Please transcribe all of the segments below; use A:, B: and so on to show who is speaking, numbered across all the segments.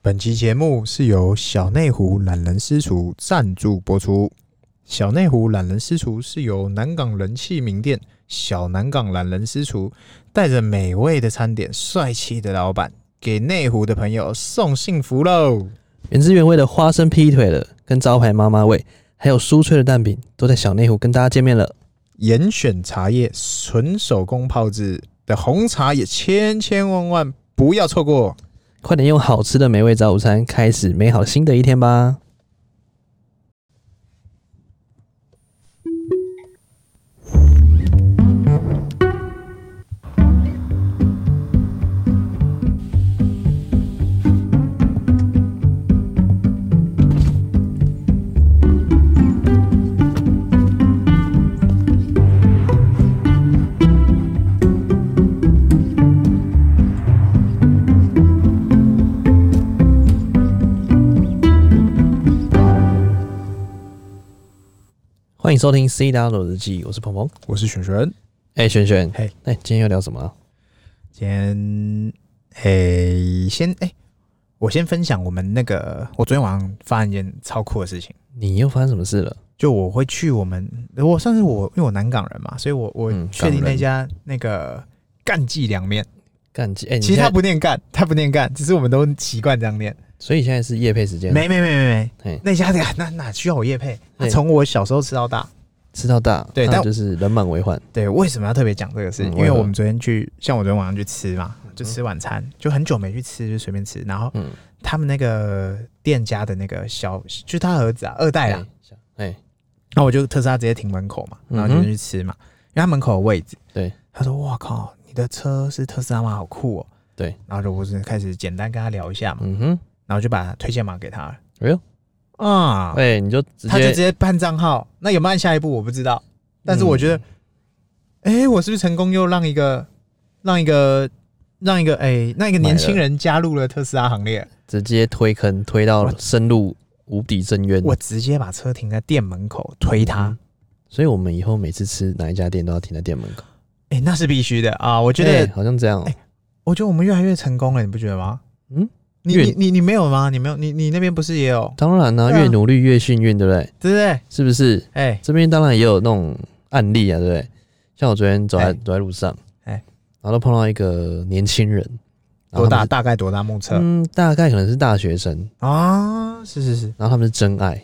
A: 本期节目是由小内湖懒人私厨赞助播出。小内湖懒人私厨是由南港人气名店小南港懒人私厨带着美味的餐点、帅气的老板，给内湖的朋友送幸福喽！
B: 原汁原味的花生劈腿了，跟招牌妈妈味，还有酥脆的蛋饼，都在小内湖跟大家见面了。
A: 严选茶叶，纯手工泡制的红茶也千千万万不要错过。
B: 快点用好吃的美味早午餐，开始美好新的一天吧！欢迎收听《C W 日记》，我是鹏鹏。
A: 我是璇璇，
B: 哎、璇璇，
A: 嘿
B: 哎、今天要聊什么啊？
A: 今天，诶、先诶、我先分享我们那个，我昨天晚上发现一件超酷的事情，
B: 你又发生什么事了？
A: 就我会去我们，我算是我，因为我南港人嘛，所以我我
B: 嗯
A: 确定
B: 港
A: 那
B: 人
A: 家那个干记凉面，
B: 干鸡？哎、你
A: 其实
B: 现
A: 他
B: 在，
A: 不念干，他不念干，只是我们都习惯这样念。
B: 所以现在是夜配时间，
A: 没没没没没
B: 嗯嘿，
A: 那家的那哪需要我夜配？他
B: 嘿
A: 从我小时候吃到大。
B: 吃到大，
A: 对
B: 那
A: 但
B: 就是人满为患。
A: 对，为什么要特别讲这个事？
B: 嗯
A: 因为
B: 为何
A: 我们昨天去，像我昨天晚上去吃嘛，就吃晚餐，就很久没去吃，就随便吃。然后
B: 嗯
A: 他们那个店家的那个小，就是他儿子啊，二代啦。
B: 哎、
A: 然后我就特斯拉直接停门口嘛，然后
B: 嗯
A: 就
B: 哼
A: 去吃嘛，因为他门口有位置。
B: 对，
A: 他说：“哇靠，你的车是特斯拉吗？好酷哦。”
B: 对，
A: 然后就我是开始简单跟他聊一下嘛，
B: 嗯哼，
A: 然后就把推荐码给他了。
B: 哎呦，
A: 啊，
B: 哎、你就直
A: 他就
B: 接
A: 直接办账号，那有没有按下一步我不知道，但是我觉得，
B: 嗯
A: 哎、我是不是成功又让一个让一个让一个哎、让一个年轻人加入了特斯拉行列？
B: 直接推坑，推到深入无底深渊。
A: 我直接把车停在店门口推他，
B: 嗯所以我们以后每次吃哪一家店都要停在店门口。
A: 哎、那是必须的啊！我觉得、
B: 哎好像这样哦、
A: 哎我觉得我们越来越成功了，你不觉得吗？
B: 嗯，
A: 你
B: 越
A: 你你你没有吗？你没有，你你那边不是也有，
B: 当然啦、
A: 对啊
B: 越努力越幸运，对不对？
A: 对不对？
B: 是不是？
A: 哎、
B: 这边当然也有那种案例啊，对不对？像我昨天走在、
A: 哎
B: 走在路上，
A: 哎
B: 然后都碰到一个年轻人，然
A: 多
B: 后
A: 大
B: 他
A: 大概多大目测、
B: 们是？嗯，大概可能是大学生，
A: 啊？是是是，
B: 然后他们是真爱，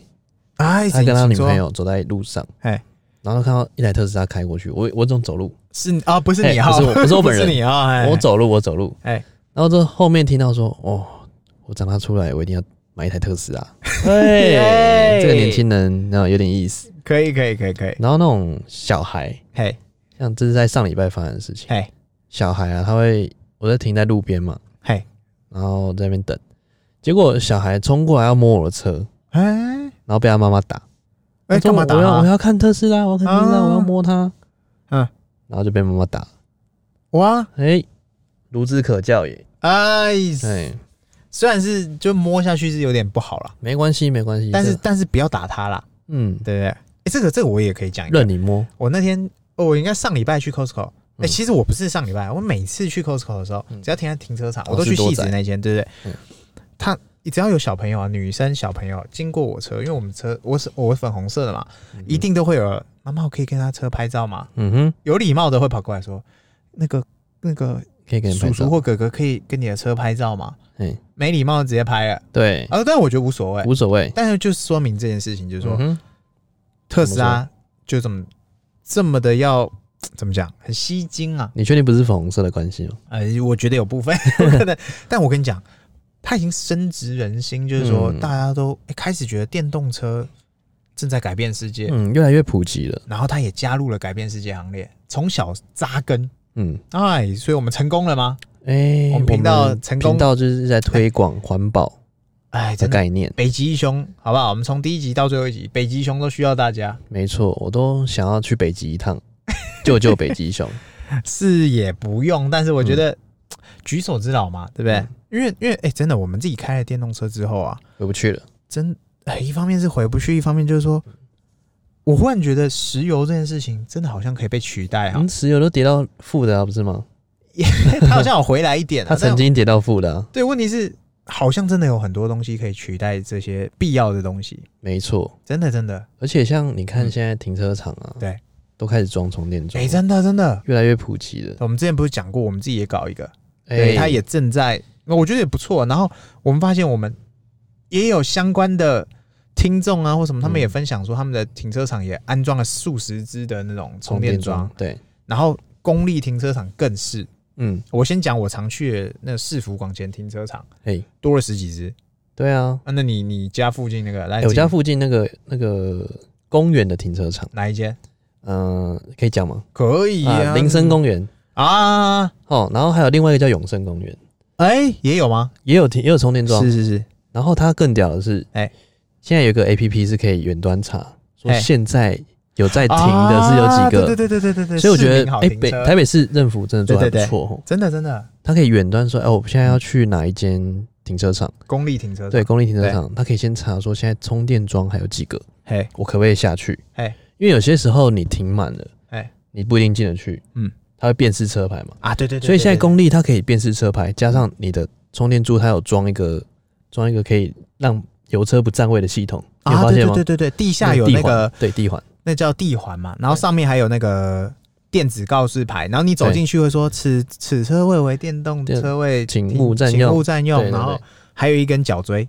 A: 哎，
B: 他跟他
A: 请
B: 女
A: 说
B: 朋友走在路上，
A: 哎
B: 然后看到一台特斯拉开过去，我我这种走路，
A: 是你啊，不是
B: 哎
A: 你啊、
B: 不是我不是我本 人
A: 不是你啊、哎
B: 我走路，我走路，
A: 哎
B: 然后这后面听到说，哦，我长大出来，我一定要买一台特斯 拉，哎，这个年轻人，然后有点意思。
A: 可以可以可以可以，
B: 然后那种小孩，
A: 嘿，
B: 像这是在上礼拜发生的事情，
A: 嘿，
B: 小孩啊，他会，我在停在路边嘛，
A: 嘿，
B: 然后在那边等，结果小孩冲过来要摸我的车，
A: 哎，
B: 然后被他妈妈打，
A: 哎，
B: 他说
A: 干嘛打
B: 我要我
A: 他？
B: 要看特斯拉，我要看特斯拉，
A: 啊
B: 我要摸他，
A: 嗯，
B: 然后就被妈妈打，
A: 哇，
B: 哎，孺子可教也，
A: 哎，
B: 哎，
A: 虽然是就摸下去是有点不好啦，
B: 没关系没关系，
A: 但是
B: 这
A: 但是不要打他啦，
B: 嗯，
A: 对不对？哎，这个这个我也可以讲一个。
B: 任你摸，
A: 我那天哦，我应该上礼拜去 Costco。哎，
B: 嗯
A: 其实我不是上礼拜，我每次去 Costco 的时候，
B: 嗯
A: 只要停在停车场，
B: 哦
A: 我都去
B: 是多
A: 戏子
B: 仔
A: 那间，对不对
B: 嗯？
A: 他只要有小朋友啊，女生小朋友经过我车，因为我们车我是我粉红色的嘛，嗯一定都会有妈妈，我可以跟他车拍照吗？
B: 嗯哼，
A: 有礼貌的会跑过来说，那个那个
B: 可以给你拍
A: 叔叔
B: 照，
A: 或哥哥可以跟你的车拍照吗？
B: 哎，
A: 没礼貌直接拍了，
B: 对，
A: 啊，但我觉得无所谓。
B: 嗯无所谓，
A: 但是就说明这件事情，就是说、
B: 嗯哼
A: 特斯拉就这么这么的要怎么讲，很吸睛啊。
B: 你确定不是粉红色的关系吗？
A: 呃，我觉得有部分 有可能，但我跟你讲，它已经深植人心，就是说、
B: 嗯
A: 大家都、诶开始觉得电动车正在改变世界，
B: 嗯，越来越普及了，
A: 然后它也加入了改变世界行列，从小扎根。
B: 嗯。
A: 哎，所以我们成功了吗？
B: 哎、
A: 我们频道成功
B: 频道就是在推广环保
A: 哎，
B: 的
A: 真的
B: 概念，
A: 北极熊，好不好？我们从第一集到最后一集，北极熊都需要大家，
B: 没错，我都想要去北极一趟，救救北极熊。
A: 是也不用，但是我觉得、举手之劳嘛，对不对？
B: 嗯
A: 因为因为哎、真的，我们自己开了电动车之后啊，
B: 回不去 了，
A: 真哎、一方面是回不去，一方面就是说，我忽然觉得石油这件事情真的好像可以被取代啊
B: 嗯，，石油都跌到负的啊，不是吗？
A: 它好像有回来一点、啊。
B: 它曾
A: 但
B: 经跌到负的、啊，
A: 对，问题是好像真的有很多东西可以取代这些必要的东西，
B: 没错。
A: 真的真的，
B: 而且像你看
A: 嗯
B: 现在停车场啊，
A: 对，
B: 都开始装充电桩
A: 哎、，真的真的，
B: 越来越普及了。
A: 我们之前不是讲过，我们自己也搞一个，
B: 哎
A: 对，他也正在，我觉得也不错。啊然后我们发现我们也有相关的听众啊，或什么，他们
B: 嗯
A: 也分享说他们的停车场也安装了数十支的那种充电桩，，
B: 对，
A: 然后公立停车场更是。
B: 嗯，
A: 我先讲我常去的那市府广前停车场，
B: 嘿，
A: 多了十几支。
B: 对啊，
A: 啊，那你你家附近那个来、
B: 哎我家附近那个那个公园的停车场，
A: 哪一间？
B: 嗯，可以讲吗？
A: 可以啊，
B: 林森公园
A: 啊，
B: 哦，然后还有另外一个叫永生公园，
A: 哎、也有吗？
B: 也有停也有充电桩，
A: 是是是，
B: 然后它更屌的是，哎、
A: 哎
B: 现在有一个 A P P 是可以远端查，说
A: 哎
B: 现在有在哎停的是有
A: 啊
B: 几个，
A: 对对对对对对，
B: 所以我觉
A: 市
B: 得
A: 民，好
B: 哎、
A: 停
B: 北
A: 车
B: 台北市政府真的做得还
A: 对对
B: 不
A: 对
B: 错哦，
A: 真的真的
B: 它可以远端说，哎、我现在要去哪一间停车场？
A: 公立停车场，
B: 对，，公立停车场，它可以先查说现在充电桩还有几个，
A: 嘿，
B: 我可不可以下去？哎、
A: 哎
B: 因为有些时候你停满了，哎、
A: 哎
B: 你不一定进得去，嗯
A: 嗯，
B: 它会辨识车牌嘛，
A: 啊，对对对，
B: 所以现在
A: 对对
B: 公立它可以辨识车牌，加上你的充电柱，它有装一个装一个可以让油车不占位的系统，你有
A: 啊，
B: 发
A: 对
B: 现
A: 对
B: 吗？
A: 对对对，地下有
B: 地
A: 那
B: 环
A: 个
B: 对地环，
A: 那叫地环嘛，然后上面还有那个电子告示牌，然后你走进去会说此此车位为电动
B: 电
A: 车位，
B: 请
A: 停
B: 勿占
A: 请
B: 用
A: 勿占用
B: 对对，对
A: 然后还有一根脚锥，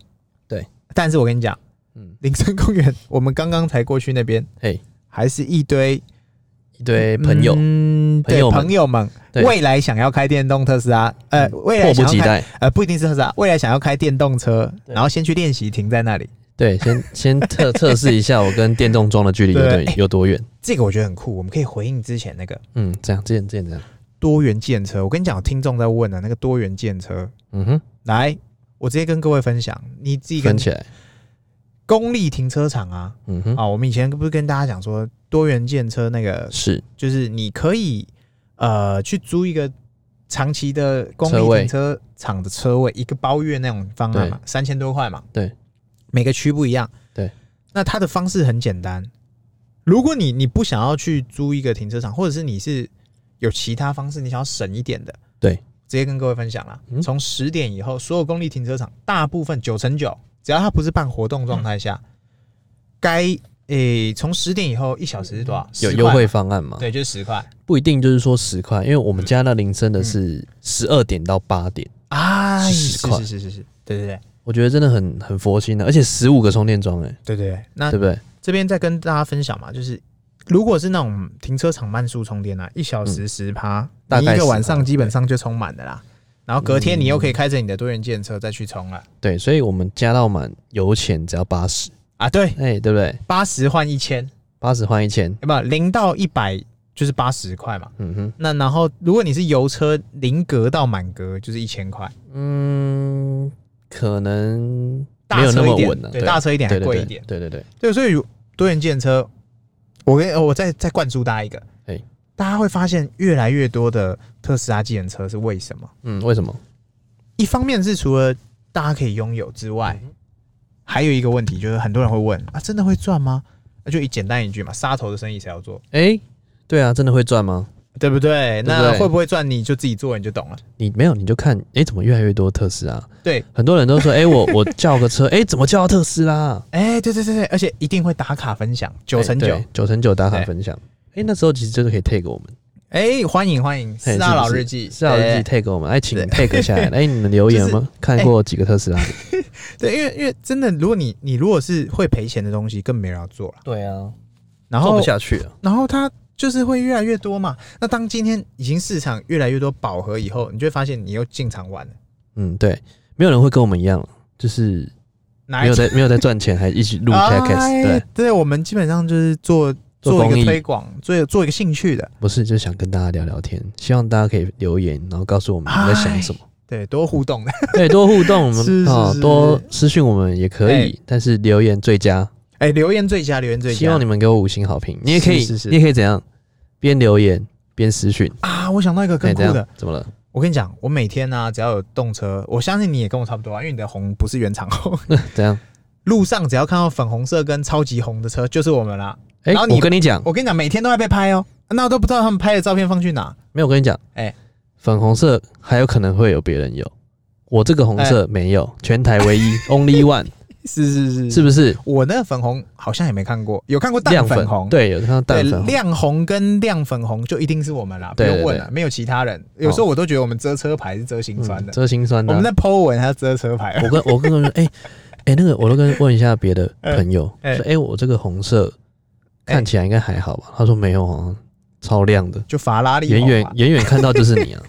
B: 对。
A: 但是我跟你讲，
B: 嗯，
A: 林森公园，我们刚刚才过去那边，
B: 嘿，
A: 还是一堆
B: 一堆朋友、
A: 嗯，
B: 朋
A: 对
B: 友们
A: 朋友们，
B: 对嗯
A: 未来想要开电动特斯拉，呃，未来
B: 迫不
A: 想
B: 及
A: 要开，
B: 待，
A: 呃，不一定是特斯拉，未来想要开电动车，
B: 对
A: 然后先去练习停在那里，
B: 对， 先先测测试一下我跟电动桩的距离有
A: 对
B: 多有多远，
A: 这个我觉得很酷，我们可以回应之前那个
B: 嗯，这样，这样，这样，这样，
A: 多元建车。我跟你讲，有听众在问的那个多元建车，
B: 嗯哼，
A: 来，我直接跟各位分享，你自己跟
B: 分起来，
A: 公立停车场啊，
B: 嗯哼，
A: 啊，我们以前不是跟大家讲说多元建车那个，
B: 是
A: 就是你可以呃去租一个长期的公
B: 车
A: 立
B: 位
A: 停车场的车位，一个包月那种方案嘛，三千多块嘛，
B: 对，
A: 每个区不一样，
B: 对，
A: 那它的方式很简单。如果你你不想要去租一个停车场，或者是你是有其他方式，你想要省一点的，
B: 对
A: 直接跟各位分享啦
B: 嗯。
A: 从十点以后，所有公立停车场大部分九成九，只要它不是办活动状态
B: 嗯
A: 下，该诶从十点以后一小时是多少？
B: 嗯有
A: 10
B: 优
A: 块
B: 惠
A: 嘛，
B: 方案嘛？
A: 对，就是十块
B: 不一定就是说十块，因为我们家那铃声的是十二点到八点，
A: 啊，
B: 是
A: 是
B: 10
A: 是
B: 块
A: 是是是是，对对对
B: 我觉得真的很很佛心的、啊而且十五个充电桩，哎，
A: 对对对。那
B: 对不对？
A: 这边再跟大家分享嘛，就是如果是那种停车场慢速充电啊，一小时十趴，
B: 嗯大
A: 你
B: 概
A: 一个晚
B: 10%
A: 上基本上就充满的啦。然后隔天你又
B: 嗯
A: 可以开着你的多元建车再去充了
B: 对，所以我们加到满油钱只要八十，
A: 啊，对，
B: 哎，对不对？
A: 八十换一千，
B: 八十换一千，
A: 有没有零到一百就是八十块嘛？
B: 嗯哼，
A: 那然后如果你是油车零格到满格就是一千块，
B: 嗯，可能
A: 大
B: 没有那
A: 车一
B: 么
A: 点
B: 稳了、
A: 对，大车一点还
B: 对对
A: 贵一
B: 对
A: 点，
B: 对对对，
A: 对，所以多元建车，我跟呃我再再灌输大家一个
B: 哎，
A: 大家会发现越来越多的特斯拉计程车是为什么？
B: 嗯，为什么？
A: 一方面是除了大家可以拥有之外，
B: 嗯
A: 还有一个问题就是很多人会问啊，真的会赚吗？那就一简单一句嘛，杀头的生意谁要做，
B: 哎，对啊，真的会赚吗？
A: 对不对？
B: 不对
A: 那会不会赚你就自己做你就懂了。
B: 你没有你就看，哎，怎么越来越多特斯拉？
A: 对，
B: 很多人都说，哎，我我叫个车，哎，怎么叫到特斯拉？啊
A: 哎、对对对对，而且一定会打卡分享九成九
B: 哎，对九成九打卡
A: 对
B: 分享。哎、那时候其实就是可以 tag 我们，
A: 哎、欢迎欢迎，
B: 嘿
A: 四大佬日记，
B: 是啊，日记
A: 记，
B: tag 我们，哎，请
A: 对
B: tag 下来。哎、你们留言有没有看过几个特斯拉？
A: 对，因为因为真的，如果你你如果是会赔钱的东西，更没人要做了。
B: 对啊，
A: 然
B: 做
A: 后
B: 不下去了。
A: 然后它就是会越来越多嘛。那当今天已经市场越来越多饱和以后，你就会发现你又进场晚了。
B: 嗯，对，没有人会跟我们一样，就是
A: 哪
B: 没
A: 一
B: 有
A: 种
B: 在没有在赚钱，还一起录
A: 哎
B: podcast，对，
A: 对，我们基本上就是做
B: 做
A: 一
B: 公益
A: 个推广，做做一个兴趣的，
B: 不是就想跟大家聊聊天，希望大家可以留言，然后告诉我们你在想什么，
A: 对，多互动的。
B: 对，多互动，我们
A: 哎是是
B: 哦
A: 是
B: 多私讯我们也可以，但是留言最佳，
A: 哎，留言最佳，留言最佳。
B: 希望你们给我五星好评。你也可以，
A: 是是是
B: 你也可以怎样，边留言边私讯，
A: 啊，我想到一个更
B: 哎
A: 酷
B: 怎样
A: 的。
B: 怎么了？
A: 我跟你讲，我每天呢、啊只要有动车，我相信你也跟我差不多啊，因为你的红不是原厂红。
B: 怎样？
A: 路上只要看到粉红色跟超级红的车，就是我们啦。
B: 哎、
A: 然后你
B: 我跟你讲，
A: 我跟你讲，每天都在被拍哦，那我都不知道他们拍的照片放去哪。
B: 没有我跟你讲，
A: 哎
B: 粉红色还有可能会有别人有，我这个红
A: 哎
B: 色没有，全台 唯一，Only One，
A: 是是是
B: 是不是？
A: 我那个粉红好像也没看过，有看过嗯
B: 亮
A: 淡粉红，
B: 对，有看到
A: 对
B: 淡粉红，
A: 亮红跟亮粉红就一定是我们啦，不
B: 对
A: 用问
B: 对
A: 了，没有其他人。有时候我都觉得我们遮车牌是遮心酸
B: 嗯
A: 的，
B: 遮心酸
A: 我
B: 的
A: 们。
B: 啊
A: 在 Po 文还要遮车牌，
B: 我跟我跟他们说，哎、哎、那个我都跟问一下别的朋友，说
A: 哎
B: 哎、我这个红色
A: 哎
B: 看起来应该还好吧？他说没有啊，超亮的，
A: 就法拉利
B: 远
A: 红嘛
B: 远远远看到就是你 啊。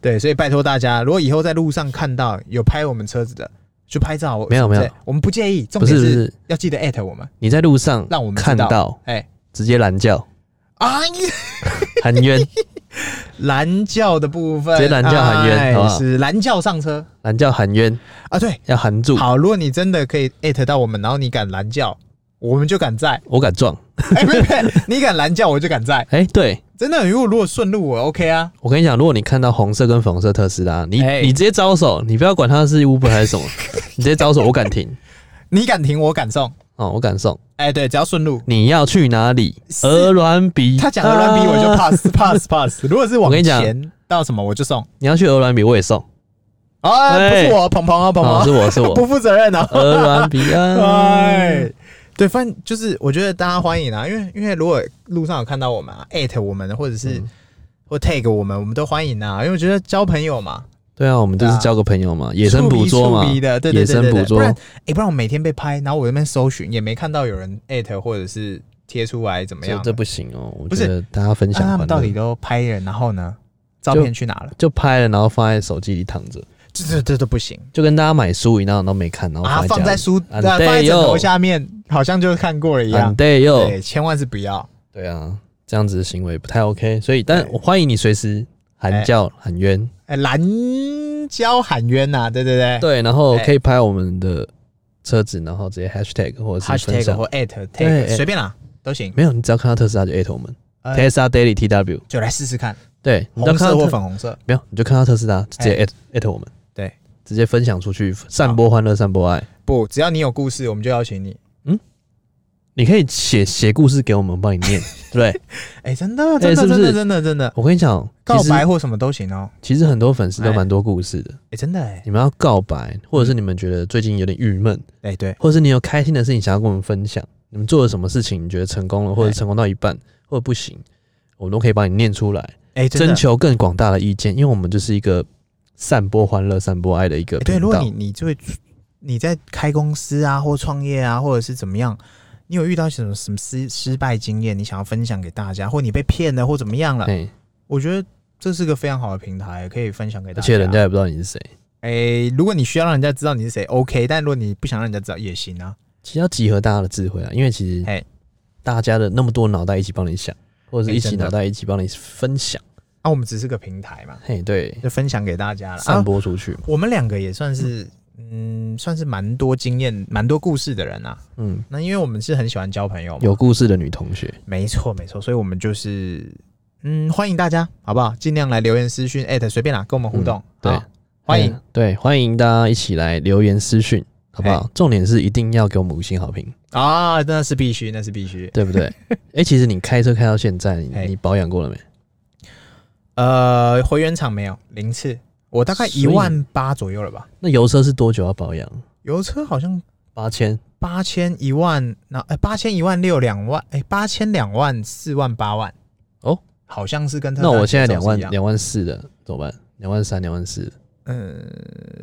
A: 对，所以拜托大家，如果以后在路上看到有拍我们车子的，就拍照。我
B: 没有没有
A: 对我们不介意，重
B: 不
A: 点
B: 是不
A: 是
B: 是，
A: 要记得艾特我们，
B: 你在路上
A: 让我们知
B: 看到
A: 哎。
B: 直接拦叫
A: 啊，
B: 喊冤，
A: 蓝教的部分，
B: 直接蓝教喊冤
A: 哎
B: 好不好
A: 是蓝教上车
B: 拦叫喊冤，
A: 啊！对，
B: 要含住，
A: 好，如果你真的可以艾特到我们，然后你敢蓝教，我们就敢在；
B: 我敢撞。
A: 哎，不是不是，你敢蓝教，我就敢在。
B: 哎、对
A: 真的，如果如果顺路，我 OK 啊。
B: 我跟你讲，如果你看到红色跟粉红色特斯拉，你、
A: 哎
B: 你直接招手，你不要管它是 Uber 还是 什么，你直接招手，我敢停
A: 你敢停，我敢送。
B: 哦，我敢送。
A: 哎，对，只要顺路。
B: 你要去哪里？
A: 是
B: 鹅銮鼻，
A: 他讲的乱逼，我就
B: 啊
A: pass pass pass。如果是往
B: 我跟你讲
A: 前到什么，我就送。
B: 你要去鹅銮鼻，我也送。
A: 啊，不
B: 喂
A: 是我，鹏鹏啊，鹏鹏
B: 哦，
A: 啊
B: 是，我是
A: 不
B: 我，
A: 负责任啊。
B: 鹅銮鼻啊
A: 哎，，对，反正就是我觉得大家欢迎啊，因为因为如果路上有看到我们啊，at 我们或者是
B: 嗯
A: 或 tag 我们，我们都欢迎啊，因为我觉得交朋友嘛，
B: 对啊，我们就是交个朋友嘛，野生捕捉嘛
A: 啊触鼻触鼻，的，对对
B: 野
A: 对
B: 生
A: 对
B: 捕
A: 对，不
B: 捉，
A: 然哎，不然我每天被拍，然后我这边搜寻也没看到有人 at 或者是贴出来怎么
B: 这
A: 样的，
B: 这不行哦。我
A: 不是
B: 觉得大家分
A: 那他
B: 享
A: 们
B: 完
A: 到底
B: 了
A: 都拍人，然后呢，照片去哪了？
B: 就拍了，然后放在手机里躺着，
A: 这这这都不行
B: 就跟大家买书一样，然后没看，然后
A: 啊！
B: 放
A: 放
B: 在
A: 在书
B: 啊
A: 啊放在
B: 对
A: 枕头
B: 哟
A: 下面，好像就看过了一样。
B: 对哟，
A: 对，千万是不要。
B: 对啊，这样子的行为不太 OK。所以，但
A: 对
B: 我欢迎你随时
A: 哎
B: 喊叫喊冤，
A: 哎，蓝椒喊冤呐、对对对
B: 对，然后
A: 哎
B: 可以拍我们的车子，然后直接 hashtag 或者是分
A: ，#hashtag
B: 享
A: 或 at
B: 对
A: tag 随便啦，都行，
B: 没有，你只要看到特斯拉就 at 我们
A: 哎
B: Tesla Daily TW。
A: 就来试试看，
B: 对，你只要
A: 红
B: 看
A: 色
B: 到
A: 或
B: 特
A: 粉红色，
B: 没有，你就看到特斯拉直接 at at 我们，
A: 对，
B: 直接分享出去，散播欢乐，散播爱。
A: 不，只要你有故事，我们就邀请你。
B: 你可以写写故事给我们，我帮你 念，对不对？
A: 哎、真的，真的，
B: 是不
A: 真的，
B: 是
A: 真的，真的，
B: 我跟你讲，
A: 告
B: 其实
A: 白或什么都行哦、
B: 其实很多粉丝都
A: 哎
B: 蛮多故事的。
A: 哎、真的哎、
B: 你们要告白，或者是你们觉得最近有点郁闷，
A: 哎、对，
B: 或者是你有开心的事情想要跟我们分享，你们做了什么事情，你觉得成功了，或者成功到一半，或者不行，我们都可以帮你念出来，
A: 哎、真
B: 征
A: 的。
B: 求更广大的意见，因为我们就是一个散播欢乐、散播爱的一个
A: 哎对，
B: 频
A: 如果
B: 道
A: 你。你就会你在开公司啊，或创业啊，或者是怎么样，你有遇到什么什么失失败经验，你想要分享给大家，或你被骗了或怎么样了，
B: 哎，
A: 我觉得这是个非常好的平台，可以分享给大
B: 而
A: 家。
B: 且人家也不知道你是谁，
A: 哎、如果你需要让人家知道你是谁，OK；但如果你不想让人家知道也行啊。
B: 其实要集合大家的智慧啊，因为其
A: 哎
B: 实大家的那么多脑袋一起帮你想，或者是一
A: 哎
B: 起
A: 真的
B: 脑袋一起帮你分享，
A: 啊，我们只是个平台嘛，
B: 嘿，对，
A: 就分享给大家了。
B: 散
A: 啊，
B: 播出去，
A: 我们两个也算是，嗯，算是蛮多经验、蛮多故事的人啊。
B: 嗯，
A: 那因为我们是很喜欢交朋友嘛，
B: 有故事的女同学，
A: 没错没错，所以我们就是，嗯，欢迎大家，好不好？尽量来留言、私讯、艾特，随便啦，跟我们互动。
B: 嗯对
A: 好，欢迎
B: 嗯。对，欢迎大家一起来留言私讯，好不好？重点是一定要给我们五星好评，
A: 啊，那是必须，那是必须。
B: 哎对 不对？哎、其实你开车开到现在，你
A: 嘿
B: 你保养过了没？
A: 呃，回原厂没有零次，我大概
B: 所以
A: 一万八左右了吧。
B: 那油车是多久要保养？
A: 油车好像
B: 八千，
A: 八千一万，那哎八千一万六两万，哎八千两万四万八万，
B: 哦，
A: 好像是跟特斯
B: 那
A: 拉
B: 我现在两
A: 节奏
B: 万
A: 是一样
B: 两万四的怎么办？两万三、两万四，
A: 嗯，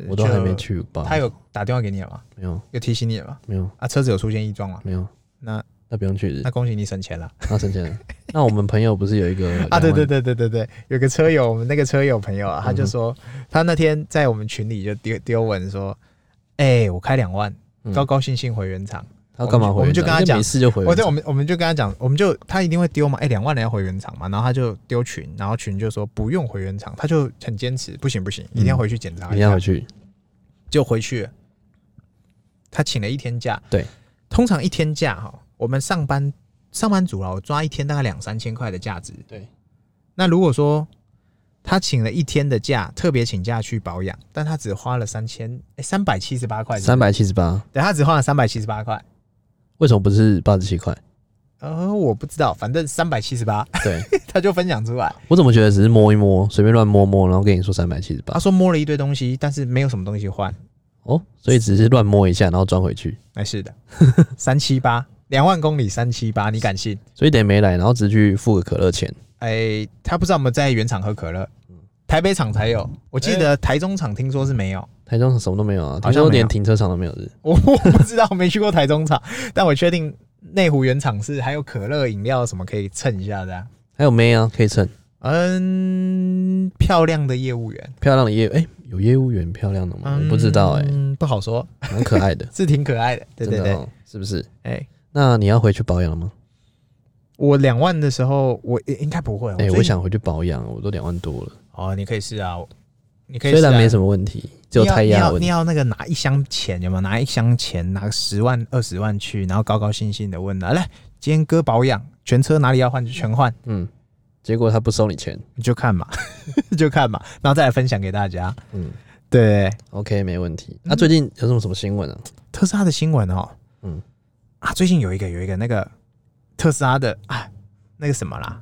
B: 我都还没
A: 就。
B: 去保养。
A: 他有打电话给你了吗？
B: 没有？
A: 有提醒你了吗？
B: 没有？
A: 啊，车子有出现异状吗？
B: 没有？
A: 那
B: 那不用去日
A: 那，恭喜你省钱了
B: 那省钱了。那我们朋友不是有一个
A: 啊！对对
B: 对，
A: 对对对对，有个车友，我们那个车友朋友啊，他就
B: 嗯哼
A: 说他那天在我们群里就丢丢文说，哎，我开两万，
B: 嗯
A: 高高兴兴回原厂。
B: 他干嘛
A: 我
B: 回
A: 们
B: 原厂？
A: 就跟他
B: 应该
A: 讲
B: 没事就回
A: 哦，
B: 原
A: 对，
B: 厂。
A: 我们我们就跟他讲，我们就他一定会丢嘛，哎、两万人要回原厂嘛，然后他就丢群，然后群就说不用回原厂，他就很坚持，不行不行，一定要回去检查
B: 嗯一
A: 一
B: 定
A: 下，
B: 要回去。
A: 就回去了。他请了一天假，
B: 对，
A: 通常一天假哈，我们上班上班族啦，啊我抓一天大概两三千块的价值，
B: 对。
A: 那如果说他请了一天的假，特别请假去保养，但他只花了三千哎三百七十八块，
B: 三，百七十八，
A: 对他只花了三百七十八块，
B: 为什么不是八十七块？
A: 呃，我不知道，反正三百七十八，
B: 对
A: 他就分享出来。
B: 我怎么觉得只是摸一摸，随便乱摸摸，然后跟你说三百七十八
A: 他说摸了一堆东西，但是没有什么东西换。
B: 哦，所以只是乱摸一下，然后装回去，
A: 哎，是 的，三七八，两万公里三七八，你敢信？
B: 所以等于没来，然后只去付个可乐钱。
A: 哎，他不知道我们在原厂喝可乐，
B: 嗯
A: 台北厂才有，我记
B: 哎
A: 得台中厂听说是没有，
B: 台中什么都没有啊，
A: 好像
B: 听说
A: 没有
B: 连停车场都没有是
A: 我我不知道，没去过台中厂，但我确定内湖原厂是还有可乐、饮料什么可以蹭一下的啊。
B: 还有妹啊，可以蹭
A: 嗯，漂亮的业务员，
B: 漂亮的业哎、有业务员漂亮的吗？我不知道哎、
A: 嗯不好说，
B: 蛮可爱的，
A: 是挺可爱的， 对对
B: 真的
A: 对，
B: 哦、是不是？
A: 哎、
B: 那你要回去保养了吗？
A: 我两万的时候，我应应该不会。
B: 哎、
A: 最
B: 我
A: 近
B: 想回去保养，我都两万多了，
A: 哦，你可以试啊，我你可以试
B: 虽
A: 啊、
B: 然没什么问题，只有胎
A: 你
B: 压
A: 要
B: 的
A: 你要
B: 问
A: 你要那
B: 题。
A: 个拿一箱钱有没有？拿一箱钱，拿个十万二十万去，然后高高兴兴的问他，来，今天哥保养，全车哪里要换就全换，
B: 嗯，结果他不收你钱。
A: 你就看嘛， 你就看嘛，然后再来分享给大家。
B: 嗯
A: 对，
B: ，OK，没问题。啊
A: 嗯
B: 那、最近有什么什么新闻啊？
A: 特斯拉的新闻哦，
B: 嗯
A: 啊，最近有一个有一个那个特斯拉的啊，那个什么啦，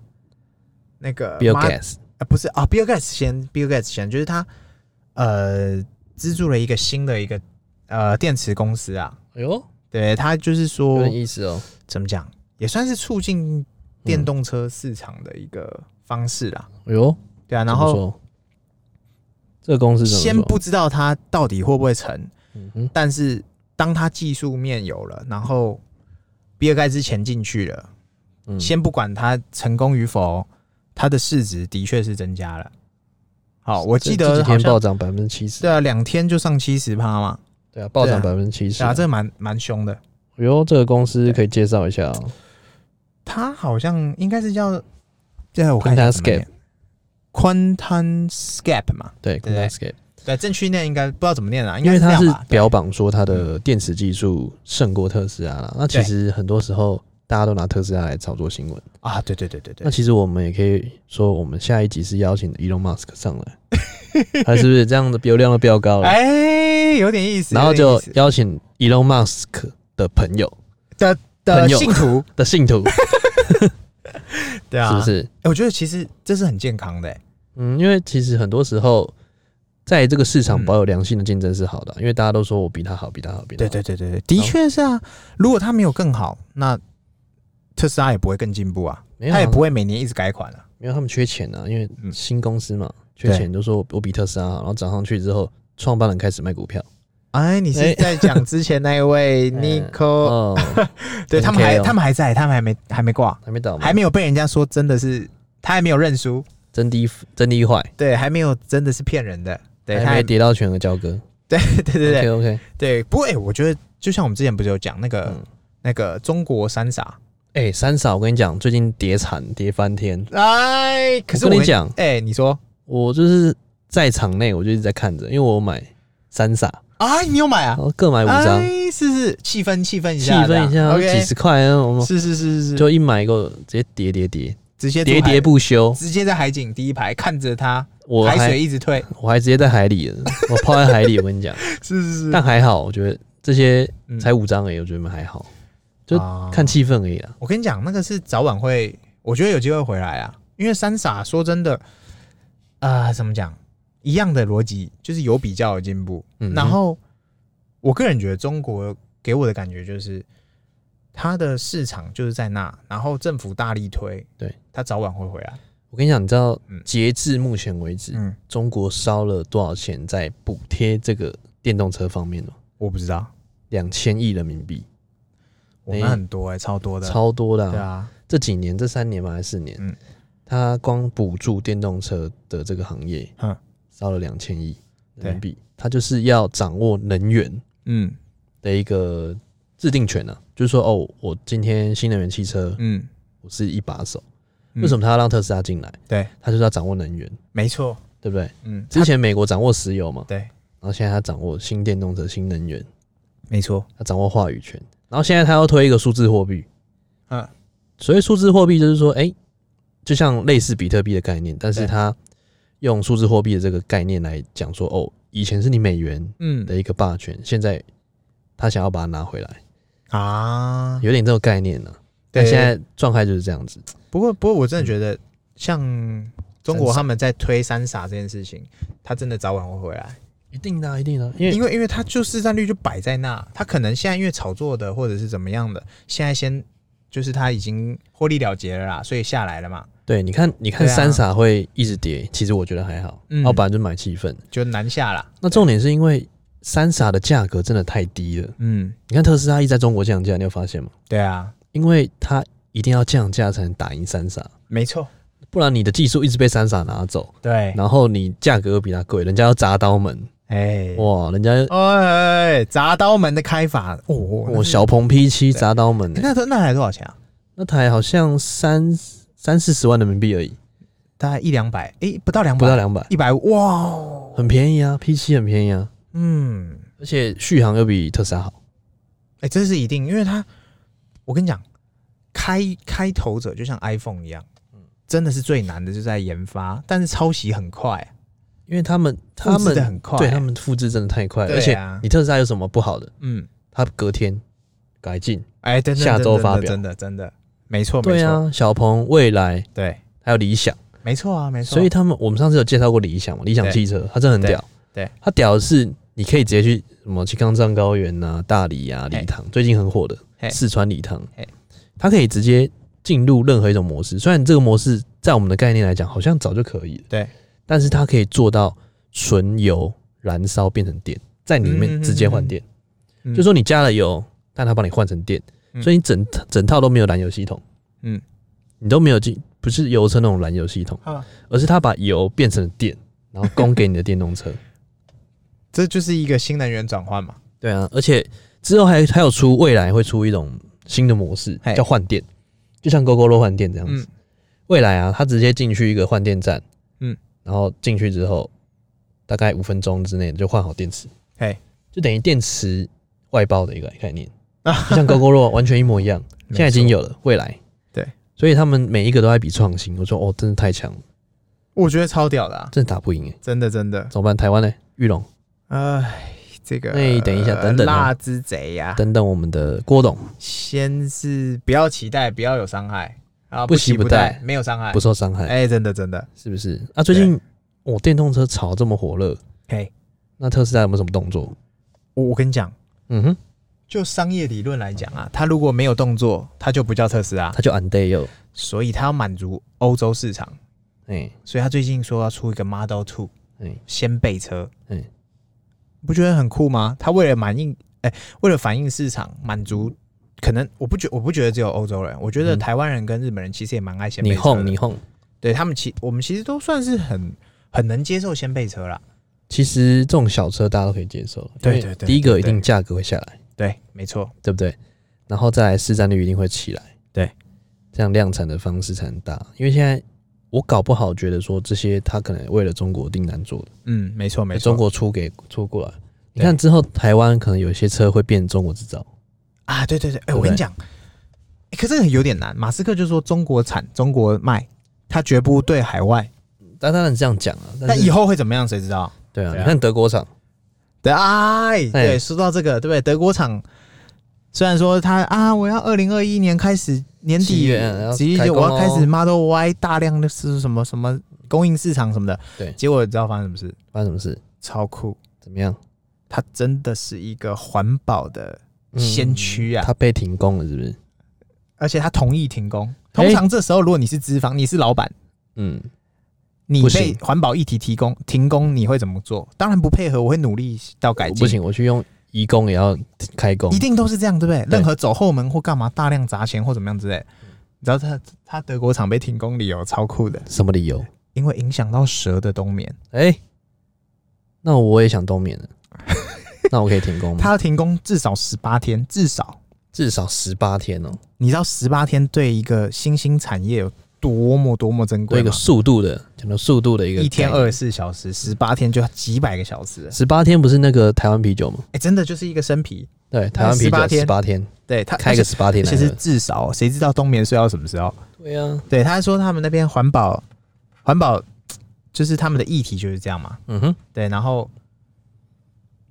A: 那个
B: b i l
A: Mar-
B: Gates
A: 呃，不是啊，Bill Gates 先，Bill Gates 先，就是他呃资助了一个新的一个呃电池公司啊，
B: 哎呦，
A: 对他就是
B: 有
A: 说
B: 点意嗯思哦。
A: 怎么讲，也算是促进电动车市场的一个方式啦。
B: 哎呦，
A: 对啊，然
B: 怎
A: 后
B: 么说这个公司怎么说
A: 先不知道它到底会不会成，
B: 嗯哼
A: 但是当它技术面有了，然后比尔盖茨钱进去了，
B: 嗯
A: 先不管它成功与否，它的市值的确是增加了。好，我记
B: 这
A: 得
B: 几
A: 好
B: 天
A: 像
B: 暴涨百分之七十，
A: 对啊，两天就上七十趴嘛，
B: 对啊，暴涨
A: 对
B: 百分之七十
A: 对啊，。这蛮蛮凶的。
B: 哎呦，这个公司可以介绍一下哦。
A: 它好像应该是叫，对，我看一下
B: Quantum
A: 怎么念 Quantum Scape 嘛，
B: 对
A: 对对
B: c o n a
A: 对，正确念应该不知道怎么念了，啊应
B: 因
A: 该
B: 为
A: 这
B: 它
A: 样
B: 是
A: 吧？
B: 标榜说它的电池技术胜过特斯拉啦。那其
A: 对
B: 实很多时候大家都拿特斯拉来炒作新闻。
A: 啊，对对对对
B: 那
A: 对，
B: 其实我们也可以说，我们下一集是邀请 Elon Musk 上来， 他是不是这样的流量都飙高了？
A: 哎，有点意思，
B: 哦然后
A: 有点
B: 就
A: 意思
B: 邀请 Elon Musk 的朋友
A: 的
B: 朋
A: 的
B: 友
A: 信徒，
B: 的信徒，
A: 对啊，
B: 是不？是？
A: 哎，我觉得其实这是很健康的，哎
B: 嗯，因为其实很多时候，在这个市场
A: 嗯
B: 保有良性的竞争是好的啊，因为大家都说我比他好，比他好，比他
A: 对
B: 好。
A: 对对对对，的确是啊。如果它没有更好，那特斯拉也不会更进步啊，
B: 没有啊
A: 它也不会每年一直改款啊。
B: 因为他们缺钱啊，因为
A: 嗯
B: 新公司嘛，缺
A: 对
B: 钱就说我我比特斯拉好，然后涨上去之后，创办人开始卖股票，
A: 哎，你是
B: 哎
A: 在讲之前那一 位
B: 嗯
A: Nico？
B: 哦，
A: 对他们还
B: NKO
A: 他们还在，他们还没还没挂，
B: 还没倒 吗？
A: 还没有被人家说真的是他还没有认输，
B: 真低真低坏，
A: 对，还没有真的是骗人的，对，他
B: 还没跌到全额交割。
A: 对对对对
B: OK OK，
A: 对。不过哎、我觉得就像我们之前不是有讲那个、
B: 嗯
A: 那个中国三傻，
B: 哎，三嫂，我跟你讲，最近跌惨，跌翻天。
A: 哎，可是
B: 嗯我
A: 我
B: 跟你讲
A: 哎、你说，
B: 我就是在场内，我就一直在看着，因为我买三傻，
A: 哎，你有买啊
B: 然？后各买五张，
A: 哎，是是，气氛气氛一
B: 气
A: 下，
B: 氛一下，
A: ，OK，
B: 几十块啊，我们
A: 是是是是，是
B: 就一买一个，直接跌跌跌，
A: 直接
B: 喋
A: 出海
B: 喋，不休。
A: 直接在海景第一排看着他
B: 我
A: 海水
B: 还
A: 一直 退，
B: 我还直接在海里 了，我泡在海里，我跟你讲。
A: 是是是
B: 但还好，我觉得这些
A: 嗯
B: 才五张而已，我觉得还好，就
A: 啊
B: 看气氛而已啦。
A: 我跟你讲，那个是早晚会，我觉得有机会回来啊。因为三傻说真的，啊，怎么讲，一样的逻辑，就是有比较有进步。
B: 嗯
A: 然后，我个人觉得中国给我的感觉就是，它的市场就是在那，然后政府大力推，
B: 对，
A: 它早晚会回来。
B: 我跟你讲，你知道
A: 嗯
B: 截至目前为止，
A: 嗯，
B: 中国烧了多少钱在补贴这个电动车方面呢？
A: 我不知道，
B: 两千亿人民币，
A: 我们
B: 哎
A: 很多哎、超多的，
B: 超多的、
A: 对啊，
B: 这几年，这三年嘛，还是四年，
A: 嗯
B: 他光补助电动车的这个行业，
A: 嗯
B: 烧了两千亿人民币。他就是要掌握能源
A: 嗯
B: 的一个制定权啊，就是说，哦，我今天新能源汽车，
A: 嗯，
B: 我是一把手。
A: 嗯
B: 为什么他要让特斯拉进来？
A: 对，
B: 他就是要掌握能源，
A: 没错，
B: 对不对？
A: 嗯，
B: 之前美国掌握石油嘛，
A: 对，
B: 然后现在他掌握新电动车、新能源，
A: 没错，
B: 他掌握话语权，然后现在他要推一个数字货币。
A: 嗯，
B: 啊所谓数字货币，就是说，哎、就像类似比特币的概念，但是
A: 对
B: 他用数字货币的这个概念来讲说，哦，以前是你美元
A: 嗯
B: 的一个霸权，现在他想要把它拿回来，
A: 啊，
B: 有点这个概念呢、啊。但
A: 对
B: 现在状态就是这样子。
A: 不过，不过我真的觉得，像中国
B: 嗯三傻
A: 他们在推三傻这件事情，他真的早晚会回来，
B: 一定的啊、一定的啊、因为
A: 因为因为他就市占率就摆在那，他可能现在因为炒作的或者是怎么样的，现在先就是他已经获利了结了啦，所以下来了嘛，
B: 对，你看，你看
A: 对啊
B: 三傻会一直跌，其实我觉得还好，
A: 嗯
B: 老板就买气氛。
A: 就南下啦。
B: 那重点是因为三傻的价格真的太低了。
A: 嗯，
B: 你看特斯拉一直在中国降价，你有发现吗？
A: 对啊，
B: 因为它一定要降价才能打赢三傻，
A: 没错，
B: 不然你的技术一直被三傻拿走，
A: 对，
B: 然后你价格又比它贵，人家要砸刀门，
A: 哎，
B: 哇，人家
A: 哎，砸刀门的开法，哦，
B: 我
A: 我
B: 小鹏 P 七砸刀门、欸，
A: 那那那台多少钱啊？
B: 那台好像三三四十万人民币而已，
A: 大概一两百，哎，不到两百，
B: 不到两百，
A: 一百五，哇哦，
B: 很便宜啊，P 七很便宜啊，
A: 嗯。
B: 而且续航又比特斯拉好，
A: 哎、这是一定，因为它，我跟你讲，开开头者就像 iPhone 一样，
B: 嗯
A: 真的是最难的就在研发，但是抄袭很快，
B: 因为他们他
A: 复制
B: 们
A: 得很快，
B: 对他，们复制真的太快了，
A: 对
B: 而且
A: 啊
B: 你特斯拉有什么不好的？
A: 嗯，
B: 它隔天改进，
A: 哎、等等
B: 下周
A: 等等
B: 发表
A: 真的真的，没错，没
B: 对
A: 错，
B: 啊，小鹏、未来
A: 对，
B: 还有理想，
A: 没错啊，没错，
B: 所以他们我们上次有介绍过理想嘛，理想
A: 对
B: 汽车它真的很屌，
A: 对对
B: 它屌的是你可以直接去什么去康藏高原呐、大理啊、
A: 嘿
B: 礼堂，最近很火的
A: 嘿
B: 四川礼堂
A: 嘿，
B: 它可以直接进入任何一种模式，虽然这个模式在我们的概念来讲好像早就可以了，
A: 对，
B: 但是它可以做到纯油燃烧变成电，在里
A: 嗯
B: 面直接换电。
A: 嗯
B: 就说你加了油，但它帮你换成电，
A: 嗯
B: 所以你整整套都没有燃油系统，
A: 嗯，
B: 你都没有进，不是油车那种燃油系统，
A: 啊，
B: 而是它把油变成了电，然后供给你的电动车。
A: 这就是一个新能源转换嘛，
B: 对啊，而且之后还还有出未来会出一种新的模式
A: 嘿，
B: 叫换电，就像 GoGo 换电这样子。
A: 嗯
B: 未来啊，它直接进去一个换电站，
A: 嗯，
B: 然后进去之后，大概五分钟之内就换好电池，
A: 嘿，
B: 就等于电池外包的一个概 念，就像 GoGo 完全一模一样。现在已经
A: 没错，
B: 有了，未来
A: 对，
B: 所以他们每一个都在比创新。我说哦，真的太强了，
A: 我觉得超屌的、啊，
B: 真的打不赢哎，
A: 真的真的，
B: 怎么办？台湾呢？玉龙，
A: 哎，这个，呃
B: 哎等一下等等啊
A: 辣之贼呀、
B: 等等我们的郭董
A: 先是不要期待，不要有伤害啊，
B: 不
A: 期
B: 期
A: 不
B: 不
A: 待
B: 待，
A: 没有伤害
B: 不，受伤害，
A: 哎、真的真的，
B: 是不是？啊，最近我电动车炒这么火热，
A: 嘿，
B: 那特斯拉有没有什么动作？
A: 我我跟你讲，
B: 嗯哼，
A: 就商业理论来讲啊，它如果没有动作，它就不叫特斯拉，
B: 他就 on day 又，
A: 所以它要满足欧洲市场，
B: 哎
A: 所以它最近说要出一个 Model Two
B: 哎
A: 掀背车，
B: 嗯，
A: 不觉得很酷吗？它为了满应，哎、为了反映市场，满足。可能我不觉我不觉得只有欧洲人，我觉得
B: 嗯
A: 台湾人跟日本人其实也蛮爱掀背
B: 你
A: 车的。
B: 哄你哄，
A: 对他们其我们其实都算是很很能接受掀背车啦。
B: 其实这种小车大家都可以接受，
A: 对
B: 因
A: 对
B: 为
A: 对
B: 第一个一
A: 对
B: 定价格会下来，
A: 对，没错，
B: 对不对？然后再来市占率一定会起来，
A: 对，
B: 这样量产的方式才能大。因为现在我搞不好觉得说这些他可能为了中国订单做的，
A: 嗯，没错没错。
B: 中国出给出过来。你
A: 对
B: 看之后台湾可能有些车会变中国制造，
A: 啊，对对对，哎、
B: 对
A: 我跟你讲、哎可这个有点难。马斯克就说中国产、中国卖，他绝不对海外。
B: 但当然这样讲啊，但
A: 但
B: 是
A: 以后会怎么样，谁知道？
B: 对啊，
A: 对啊
B: 你看德国厂，
A: 对，哎，
B: 哎
A: 对，说到这个，对不对？德国厂虽然说他啊，我要二零二一年开始年
B: 七
A: 底
B: 月啊要
A: 十一
B: 开
A: 就
B: 工
A: 我要开始
B: 哦
A: Model Y 大量的是什么什么供应市场什么的。
B: 对
A: 结果你知道发生什么事？
B: 发生什么事？
A: 超酷，
B: 怎么样？
A: 它真的是一个环保的
B: 嗯
A: 先驱啊！
B: 他被停工了，是不是？
A: 而且他同意停工。
B: 哎
A: 通常这时候，如果你是资方，你是老板，
B: 嗯，
A: 你
B: 不
A: 被
B: 行
A: 环保议题提供停工，你会怎么做？当然不配合，我会努力到改
B: 我
A: 进。
B: 不，行，我去用移工也要开工
A: 一，定都是这样，对不对？
B: 对
A: 任何走后门或干嘛，大量砸钱或怎么样之类。你知道他他德国厂被停工理由超酷的，
B: 什么理由？
A: 因为影响到蛇的冬眠，
B: 哎、那我也想冬 眠了，那我可以停工吗？
A: 他要停工至少十八天，至少
B: 至少十八天哦、
A: 你知道十八天对一个新兴产业有多么多么珍
B: 对
A: 贵
B: 一个
A: 吗？
B: 速度的，讲到速度的一个
A: 一天
B: 概念
A: 二十，四小时，十八天就要几百个小时了，
B: 十八天不是那个台湾啤酒吗？
A: 哎、真的就是一个生啤。
B: 对，台湾啤
A: 18
B: 酒
A: 天
B: 十八天，
A: 对他
B: 开个十八天来
A: 其实
B: 喝。
A: 至少谁知道冬眠睡到什么时候？
B: 对啊，
A: 对，他说他们那边环保，环保就是他们的议题就是这样嘛。
B: 嗯哼，
A: 对，然后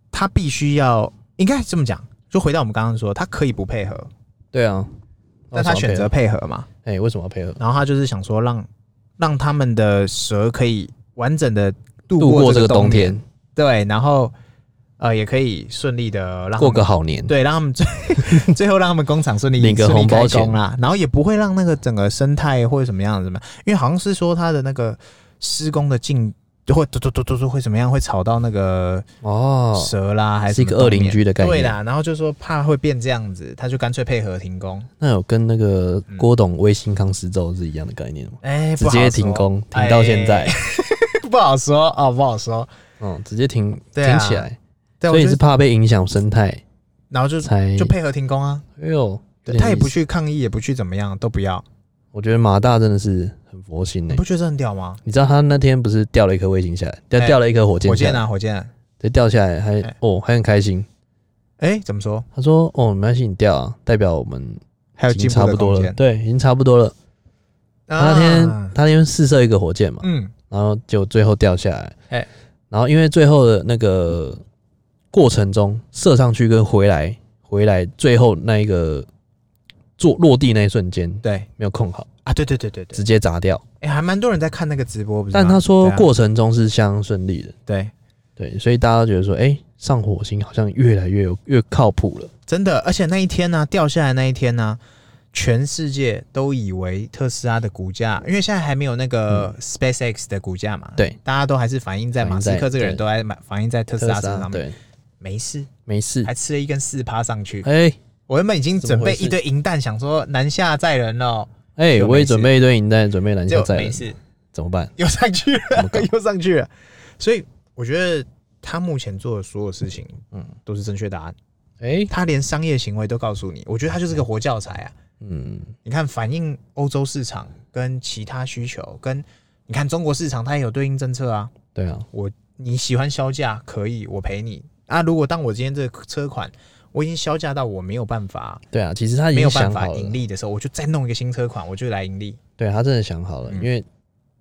A: 他哦必须要，应该这么讲，就回到我们刚刚说，他可以不配合，
B: 对啊，
A: 但他选择
B: 配，
A: 配合嘛，
B: 哎、为什么要配合？
A: 然后他就是想说让让他们的蛇可以完整的度
B: 度
A: 过
B: 过这个冬
A: 冬天，
B: 天，
A: 对，然后呃也可以顺利的让他们
B: 过个好年。
A: 对，让他们最 最后让他们工厂顺利
B: 领个
A: 顺利
B: 红包
A: 开
B: 钱
A: 工啦，然后也不会让那个整个生态或者怎么样怎么样，因为好像是说它的那个施工的进就会嘟嘟嘟嘟嘟会怎么样，会吵到那个
B: 哦，
A: 蛇啦，还
B: 是一
A: 什么
B: 个
A: 东
B: 恶邻
A: 面
B: 居的概
A: 对
B: 念。
A: 啦，然后就说怕会变这样子，他就干脆配合停工，
B: 那有跟那个郭董微信康施咒是一样的概念吗？
A: 嗯哎、
B: 直
A: 不好
B: 接
A: 说哎
B: 停工，停到现在，
A: 不好说哦，不好说。
B: 嗯，直接停，
A: 对啊
B: 停起来。
A: 对，
B: 所
A: 我
B: 以你
A: 就是
B: 怕被影响生态
A: 然后就
B: 才
A: 就配合停工啊，
B: 哎呦，
A: 对
B: 有点
A: 他也
B: 意
A: 不
B: 思。
A: 去抗议，也不去怎么样，都不要，
B: 我觉得马大真的是很佛心
A: 你
B: 呢。
A: 不觉得这很屌吗？
B: 你知道他那天不是掉了一颗卫星下来，掉
A: 哎
B: 掉了一颗火箭
A: 火
B: 下
A: 箭
B: 来，
A: 啊，火箭啊，
B: 对，掉下来还
A: 哎
B: 哦还很开心。
A: 哎、怎么说？
B: 他说：“哦，没关系，你掉啊，代表我们
A: 还有
B: 已
A: 进
B: 经差
A: 步
B: 不
A: 的
B: 多
A: 空
B: 了，
A: 间。
B: 对，已经差不多了。”他那天
A: 啊
B: 他那天试射一个火箭嘛，
A: 嗯，
B: 然后就最后掉下来。
A: 哎
B: 然后因为最后的那个过程中射上去跟回来回来最后那一个做落地那一瞬间
A: 对
B: 没有控好，
A: 啊，对对对对对
B: 直，接砸掉。
A: 哎、还蛮多人在看那个直播，不是吗？
B: 但他说
A: 对啊
B: 过程中是相当顺利的，
A: 对，
B: 对，所以大家都觉得说，哎、上火星好像越来越有越靠谱了。
A: 真的，而且那一天呢、掉下来那一天呢、全世界都以为特斯拉的股价，因为现在还没有那个 SpaceX 的股价嘛，
B: 嗯对，
A: 大家都还是反映在马斯
B: 反映在
A: 克这个人
B: 对
A: 都在反反映在特斯拉身上面，
B: 对，
A: 没事，
B: 没事
A: 还。吃了一根四趴上去。
B: 哎
A: 我原本已经准备
B: 怎么回事
A: 一堆银弹，想说南下载人了，就
B: 哎、
A: 没事
B: 我也准备一堆银弹，准备拦
A: 结
B: 下
A: 果
B: 载
A: 没
B: 了，
A: 事，
B: 怎么办？
A: 又上去
B: 怎么
A: 了
B: 搞，
A: 又上去了。所以我觉得他目前做的所有事情，嗯
B: 嗯，
A: 都是正确答案。
B: 哎、
A: 他连商业行为都告诉你，我觉得他就是个活教材啊。
B: 嗯，
A: 你看，反映欧洲市场跟其他需求，跟你看中国市场，它也有对应政策啊。
B: 对啊，
A: 你喜欢销价可以，我赔你啊。如果当我今天这个车款我已经销价到我没有办法，
B: 对啊，其实他已
A: 没
B: 经
A: 有办
B: 想
A: 法
B: 好
A: 盈
B: 了，
A: 利的时候，我就再弄一个新车款，我就来盈利。
B: 对他真的想好了，
A: 嗯
B: 因为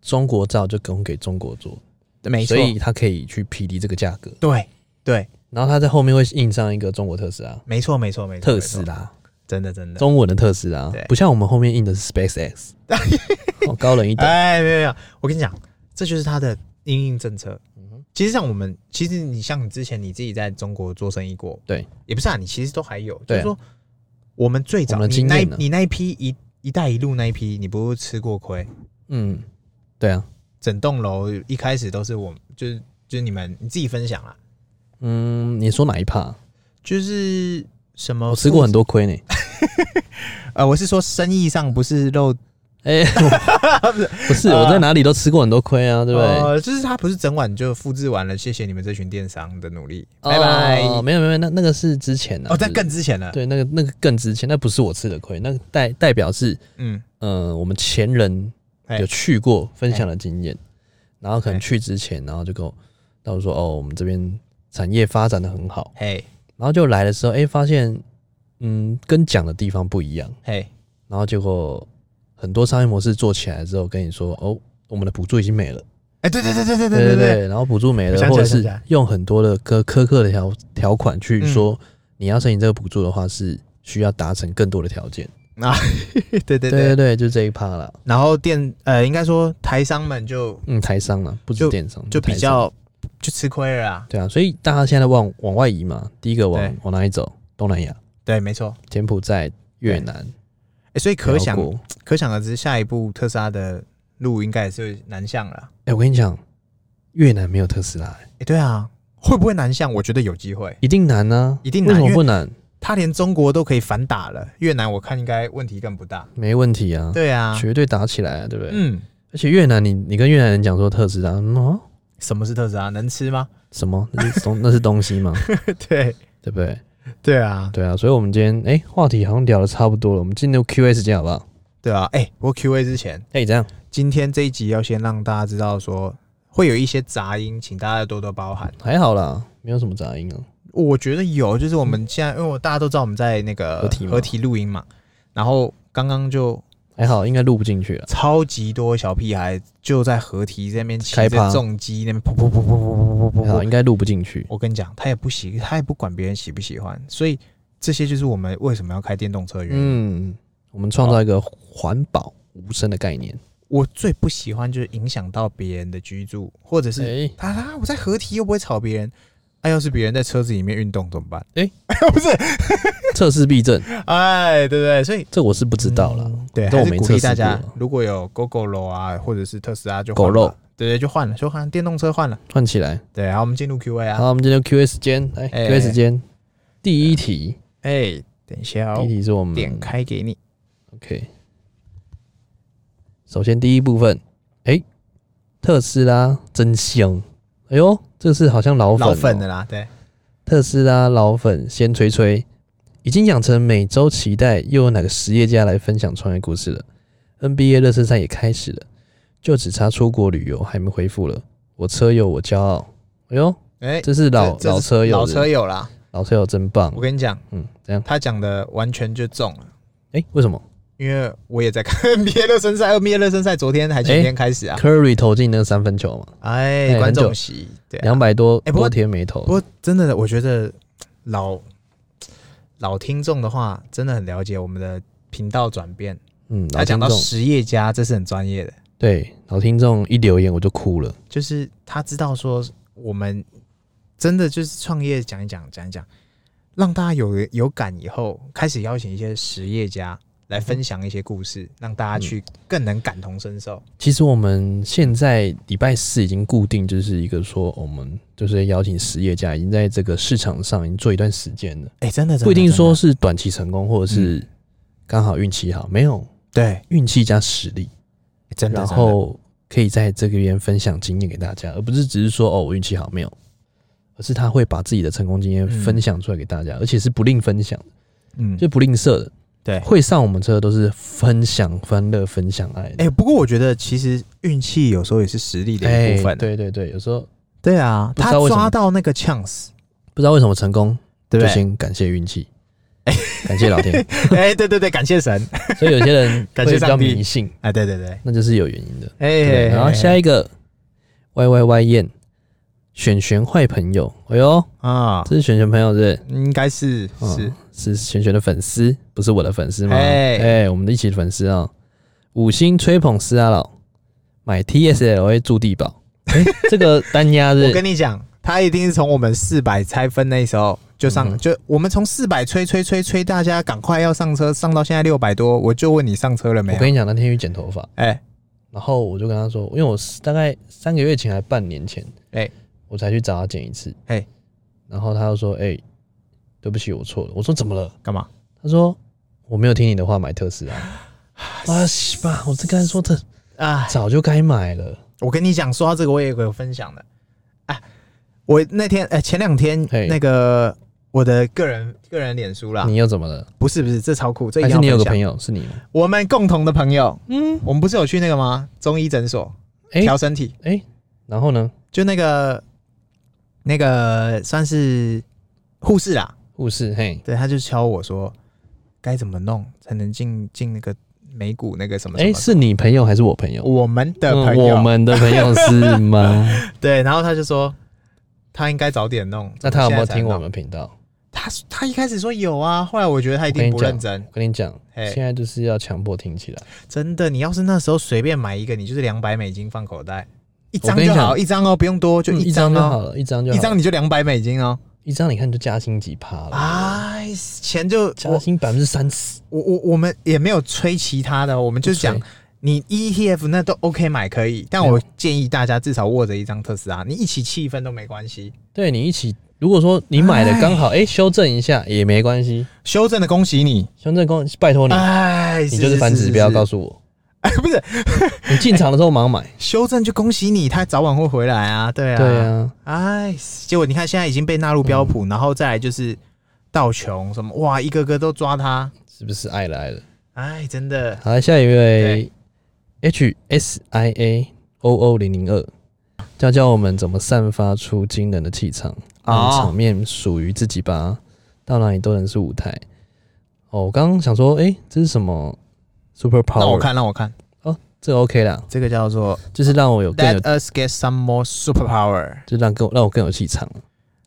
B: 中国造就供给中国做，
A: 没错
B: 所，以他可以去匹敌这个价格，
A: 对对，
B: 然后他在后面会印上一个中国特斯拉，
A: 没错没错没错，
B: 特斯
A: 没错，
B: 拉，
A: 真的真的。
B: 中文的特斯拉
A: 对，
B: 不像我们后面印的是 SpaceX，哦高人一 等，
A: 哎，没有没有，我跟你讲，这就是他的因应政策
B: 嗯哼。
A: 其实像我们，其实你像你之前你自己在中国做生意过，
B: 对，
A: 也不是啊，你其实都还有，就
B: 对啊
A: 是说我们最早
B: 我们的
A: 你
B: 经
A: 那一
B: 验呢
A: 你那一批一一带一路那一批，你不是吃过亏？
B: 嗯，对啊，
A: 整栋楼一开始都是我们，就是就是你们你自己分享啦，
B: 嗯，你说哪一趴？
A: 哦就是什么
B: 我吃过很
A: 多，
B: 多亏呢，
A: 呃，我是说生意上不是肉，
B: 哎， 不是
A: 啊
B: 我在哪里都吃过很多亏啊，对不对？
A: 呃，就是他不是整晚就复制完了，谢谢你们这群电商的努力，
B: 哦
A: 拜拜。
B: 没有没有，那那个是之前的，
A: 哦，在
B: 就是
A: 更之前了，
B: 对，那个那个更值钱，那不是我吃的亏，那个代代表是，
A: 嗯，
B: 呃，我们前人
A: 哎
B: 有去过分享的经验，然后可能
A: 哎
B: 去之前，然后就跟我到时说，哦，我们这边产业发展的很好，
A: 嘿，
B: 然后就来的时候，哎、发现，嗯，跟讲的地方不一样，
A: 嘿，
B: 然后结果很多商业模式做起来之后，跟你说，哦，我们的补助已经没了，
A: 哎，对对对对对
B: 对
A: 对对，
B: 对，然后补助没
A: 我
B: 了，
A: 想起
B: 或
A: 来
B: 者
A: 想
B: 是
A: 起来
B: 用很多的苛苛刻的条条款去
A: 嗯
B: 说，你要申请这个补助的话，是需要达成更多的条件。
A: 对对对
B: 对对
A: 对。
B: 对，就这一趴啦。
A: 然后电呃，应该说台商们就
B: 嗯，台商啦，不止
A: 就
B: 电商，
A: 就
B: 台
A: 比
B: 商
A: 较就吃亏了啦。
B: 对啊，所以大家现在往往外移嘛，第一个往
A: 对
B: 往哪里走？东南亚、
A: 对，没错。
B: 柬埔寨、越南、
A: 哎，所以可想
B: 辽国
A: 可想而知，下一步特斯拉的路应该也是南向了。
B: 哎、我跟你讲，越南没有特斯拉、欸，
A: 哎，对啊，会不会南向？我觉得有机会。
B: 一定难呢、
A: 一定难
B: 为什
A: 因为
B: 么不难？
A: 他连中国都可以反打了，越南我看应该问题更不大。
B: 没问题啊，
A: 对啊，
B: 绝对打起来、啊，对不对？
A: 嗯，
B: 而且越南你，你跟越南人讲说特斯拉，嗯、哦
A: 什么是特斯拉？能吃吗？
B: 什么？那是东 那是东西吗？
A: 对
B: 对不对？
A: 对啊，
B: 对啊，所以我们今天哎、话题好像聊的差不多了，我们进入 Q&A 时间好不好？
A: 对啊。哎，不过 Q&A 之前，
B: 哎、这样
A: 今天这一集要先让大家知道说会有一些杂音，请大家多多包涵。
B: 还好啦，没有什么杂音啊。
A: 我觉得有，就是我们现在，因为我大家都知道我们在那个
B: 合体嘛
A: 合体录音嘛，然后刚刚就
B: 还好，应该录不进去了。啊
A: 超级多小屁孩就在合体这边骑
B: 开趴
A: 着重机那边噗噗噗噗噗噗噗
B: 还好，
A: 噗噗。
B: 应该录不进去。
A: 我跟你讲，他也不喜，他也不管别人喜不喜欢，所以这些就是我们为什么要开电动车的原因。
B: 嗯，我们创造一个环保无声的概念。
A: 我最不喜欢就是影响到别人的居住，或者
B: 哎、
A: 是他他我在合体又不会吵别人，哎、要是别人在车子里面运动怎么办？
B: 诶
A: 哎，不是，
B: 测试避震，
A: 哎，对不对？所以
B: 这我是不知道啦。
A: 嗯对，
B: 但我
A: 还是
B: 没
A: 鼓
B: 测
A: 励
B: 试
A: 大家
B: 过，
A: 如果有 GoGo 楼啊，或者是特斯拉就
B: 狗
A: 换
B: 肉
A: 吧，对对，就换了，就换电动车换了。
B: 换起来。
A: 对，好，我们进入 Q&A 啊。
B: 好，我们进入 Q&A 时间，来
A: 哎
B: Q&A 时间，第一题，
A: 哎，等一下
B: 第一
A: 哦，
B: 题是我们
A: 点开给你。
B: OK，首先第一部分，哎、特斯拉真香，哎呦，这是好像老粉、哦
A: 老粉的。哦啦，对，
B: 特斯拉老粉先吹吹，已经养成每周期待又有哪个实业家来分享创业故事了。NBA 热身赛也开始了，就只差出国旅游还没恢复了。我车友，我骄傲。哎呦，
A: 哎，
B: 这是老
A: 这
B: 老车友，
A: 老车友啦。
B: 老车友真棒
A: 我。跟你讲，
B: 嗯，这样，
A: 他讲的完全就中了。
B: 哎、为什么
A: 因为我也在看 NBA 热身赛，NBA 热身赛昨天还前天开始啊，
B: Curry 投进那个三分球嘛？
A: 哎，
B: 哎
A: 观
B: 很久
A: 众席对啊、
B: 两百多
A: 哎不过
B: 多天没投
A: 不。过真的，我觉得老老听众的话，真的很了解我们的频道转变。
B: 嗯，老
A: 他讲
B: 听
A: 到
B: 众
A: 实业家，这是很专业的，
B: 对老听众一留言我就哭了。
A: 就是他知道说我们真的就是创业讲一讲讲一讲，让大家有有感以后，开始邀请一些实业家来分享一些故事，让大家去更能感同身受。
B: 其实我们现在礼拜四已经固定，就是一个说我们就是邀请实业家，已经在这个市场上已经做一段时间了，
A: 哎、真的真的嗯
B: 不一定
A: 真的
B: 说是短期成功，或者是刚好运气好，没有
A: 对，
B: 运气加实力，
A: 真的。
B: 然
A: 真的
B: 后可以在这个边分享经验给大家，而不是只是说哦我运气好没有，而是他会把自己的成功经验
A: 嗯
B: 分享出来给大家，而且是不吝分享，
A: 嗯，
B: 就不吝啬的。
A: 对
B: 会上我们车的都是分享欢乐、分享爱的
A: 哎、不过我觉得其实运气有时候也是实力的一部分。啊
B: 哎对对对，有时候
A: 对啊，
B: 不知
A: 他
B: 道为什么
A: 抓到那个 chance，
B: 不知道为什么成功，
A: 对
B: 就
A: 不对？
B: 先感谢运气，感谢老天。
A: 哎、对对对，感谢神！
B: 所以有些人会
A: 感谢
B: 比较
A: 上帝
B: 迷信，
A: 哎，对对对，
B: 那就是有原因的。对不对
A: 哎，
B: 然后下一个 Y Y Y 燕选选坏朋友，哎呦，
A: 啊，
B: 这是选选朋友是
A: 应该是
B: 不是？
A: 是
B: 嗯、是选选的粉丝，不是我的粉丝吗？
A: 哎
B: 哎，我们的一起的粉丝啊、五星吹捧斯阿老买 T S L A 住地堡，哎这个单压
A: 我
B: 是
A: 跟你讲，他一定是从我们四百拆分那时候就上，
B: 嗯哼
A: 就我们从四百吹吹吹吹，大家赶快要上车，上到现在六百多，我就问你上车了没
B: 我跟
A: 有？
B: 你讲，那天去剪头发，
A: 哎
B: 然后我就跟他说，因为我是大概三个月前还半年前，
A: 哎
B: 我才去找他剪一次，
A: 哎
B: 然后他就说，哎、对不起，我错了。我说怎么了？
A: 干嘛？
B: 他说我没有听你的话买 特斯拉。啊西吧，我这跟他说这
A: 啊，
B: 早就该买了。
A: 我跟你讲，说到这个，我也有个分享的。哎，我那天哎、前两天
B: 嘿
A: 那个我的个人个人脸书啦，
B: 你又怎么了？
A: 不是不是，这超酷，这一
B: 还
A: 定啊
B: 是
A: 要
B: 你有个
A: 分享
B: 朋友是你吗？
A: 我们共同的朋友，
B: 嗯，
A: 我们不是有去那个吗？中医诊所
B: 哎、
A: 调身体，
B: 哎、然后呢？
A: 就那个那个算是护士啦，
B: 护士嘿，
A: 对，他就敲我说该怎么弄才能进进那个美股那个什么
B: 哎、
A: 什么。
B: 是你朋友还是我朋友？
A: 我们的
B: 嗯
A: 朋友，
B: 我们的朋友是吗？
A: 对，然后他就说他应该早点弄。
B: 那他有没有
A: 怎么现在才
B: 听我
A: 弄
B: 们频道？
A: 他他一开始说有啊，后来我觉得他一定不认真。
B: 我跟你讲，
A: 嘿
B: 现在就是要强迫听起来。
A: 真的，你要是那时候随便买一个，你就是两百美金放口袋，一张
B: 我跟你
A: 就
B: 讲
A: 好，一张哦，不用多，就
B: 嗯一
A: 张
B: 就
A: 哦，
B: 好了，一张就好
A: 一
B: 了
A: 张你就两百美金哦。
B: 一张，你看就加薪几趴了啊！
A: 哎，钱就
B: 加
A: 我
B: 薪百分之三十，
A: 我我我们也没有吹其他的哦，我们就是讲
B: 不吹
A: 你 ETF 那都 OK 买可以，但
B: 没有
A: 我建议大家至少握着一张特斯拉，你一起气氛都没关系。
B: 对你一起。如果说你买的刚好，哎、修正一下也没关系。
A: 修正的恭喜你，
B: 修正工，拜托你，
A: 哎，
B: 你就是反指标告
A: 诉
B: 诉 我，
A: 哎，不是
B: 你进场的时候盲买。
A: 修正就恭喜你，他早晚会回来啊，对啊，
B: 对啊，嗯
A: 哎，结果你看现在已经被纳入标普，然后再来就是道琼什么，哇，一个个都抓他，
B: 是不是爱了爱了？
A: 哎，真的，
B: 好，下一位 H S I A O O 零零二，教教我们怎么散发出惊人的气场，
A: 哦
B: 让场面属于自己吧，到哪里都能是舞台。哦，我刚刚想说，哎、这是什么 super
A: 让我
B: power？
A: 看，让我看，
B: 这个 OK 啦，
A: 这个叫做
B: 就是让我有更有
A: Let，us get some more superpower，
B: 就让更让我更有气场。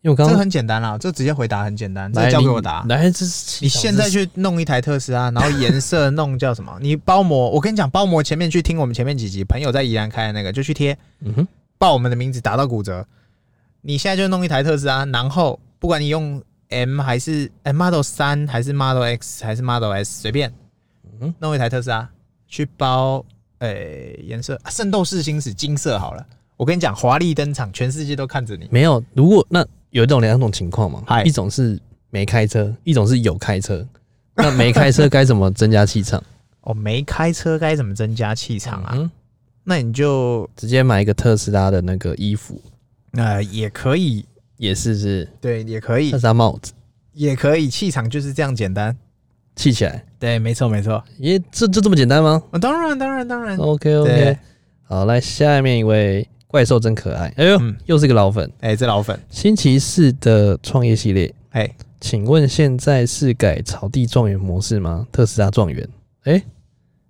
B: 因为我刚
A: 这个
B: 刚
A: 很简单啦，这直接回答很简单，这
B: 来
A: 个交给
B: 你
A: 我答。
B: 来，这是
A: 你现在去弄一台特斯拉，然后颜色弄叫什么？你包膜，我跟你讲，包膜前面去听我们前面几集，朋友在宜兰开的那个，就去贴
B: 嗯哼，
A: 报我们的名字打到骨折。你现在就弄一台特斯拉，然后不管你用 M 还是、M Model 三还是 Model X 还是 Model S，随便
B: 哼
A: 弄一台特斯拉去包，诶、颜色，啊圣斗士星矢金色好了。我跟你讲，华丽登场，全世界都看着你。
B: 没有。如果那有一种两种情况嘛
A: 嗨，
B: 一种是没开车，一种是有开车。那没开车该怎么增加气场？
A: 哦，没开车该怎么增加气场 啊？
B: 嗯哼
A: 那你就
B: 直接买一个特斯拉的那个衣服，
A: 呃也可以，
B: 也是是
A: 对，也可以
B: 特，斯拉帽子，
A: 也可以，气场就是这样简单。
B: 气起来。
A: 对，没错，没错。
B: 耶，这就这么简单吗
A: 啊，当然，当然，当然。
B: ？OK OK
A: 对。
B: 好，来下面一位怪兽真可爱。哎呦，
A: 嗯
B: 又是一个老粉。
A: 哎、这老粉，
B: 星期四的创业系列，
A: 哎、
B: 请问现在是改草地状元模式吗？特斯拉状元？哎、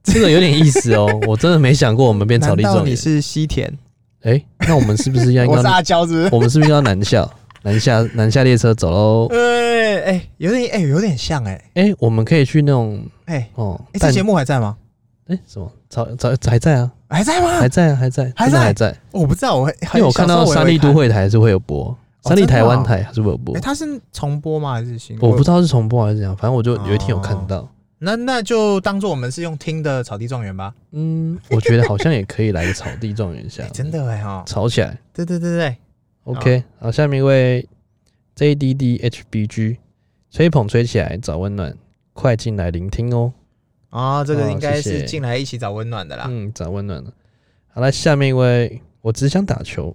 B: 这个有点意思哦，我真的没想过我们变草
A: 难
B: 地
A: 道
B: 状
A: 你
B: 元。
A: 是西田？
B: 哎、那我们是不 是要
A: 我是啊
B: 要
A: 阿娇，是不是？
B: 我们是不是要南下南下南下列车走喽？
A: 哎哎、有点哎、有点像哎、
B: 哎、我们可以去那种
A: 哎、
B: 哦，
A: 哎、这
B: 但
A: 节目还在吗？
B: 哎、什么草草还在 啊，
A: 还在吗？
B: 还在啊，还在，
A: 还
B: 真
A: 在
B: 的还在，
A: 我不知道，我还
B: 因为我看到三立都，会台还是会有播，三立
A: 真的
B: 台湾
A: 哦
B: 台还是会有播
A: 哎、，它是重播吗？还是新？
B: 我不知道是重播还是怎样，反正我就有一
A: 哦
B: 天有看到。
A: 那那就当做我们是用听的草地状元吧。
B: 嗯，我觉得好像也可以来个草地状元 一下
A: 哎、，真的哎、哈，
B: 吵起来。
A: 对对对对，
B: OK，好，下面一位 JDDHBG，吹捧吹起来找温暖，快进来聆听哦。
A: 啊、这个应该
B: 哦谢
A: 是
B: 谢
A: 进来一起找温暖的啦。
B: 嗯，找温暖了。好来，下面一位，我只想打球，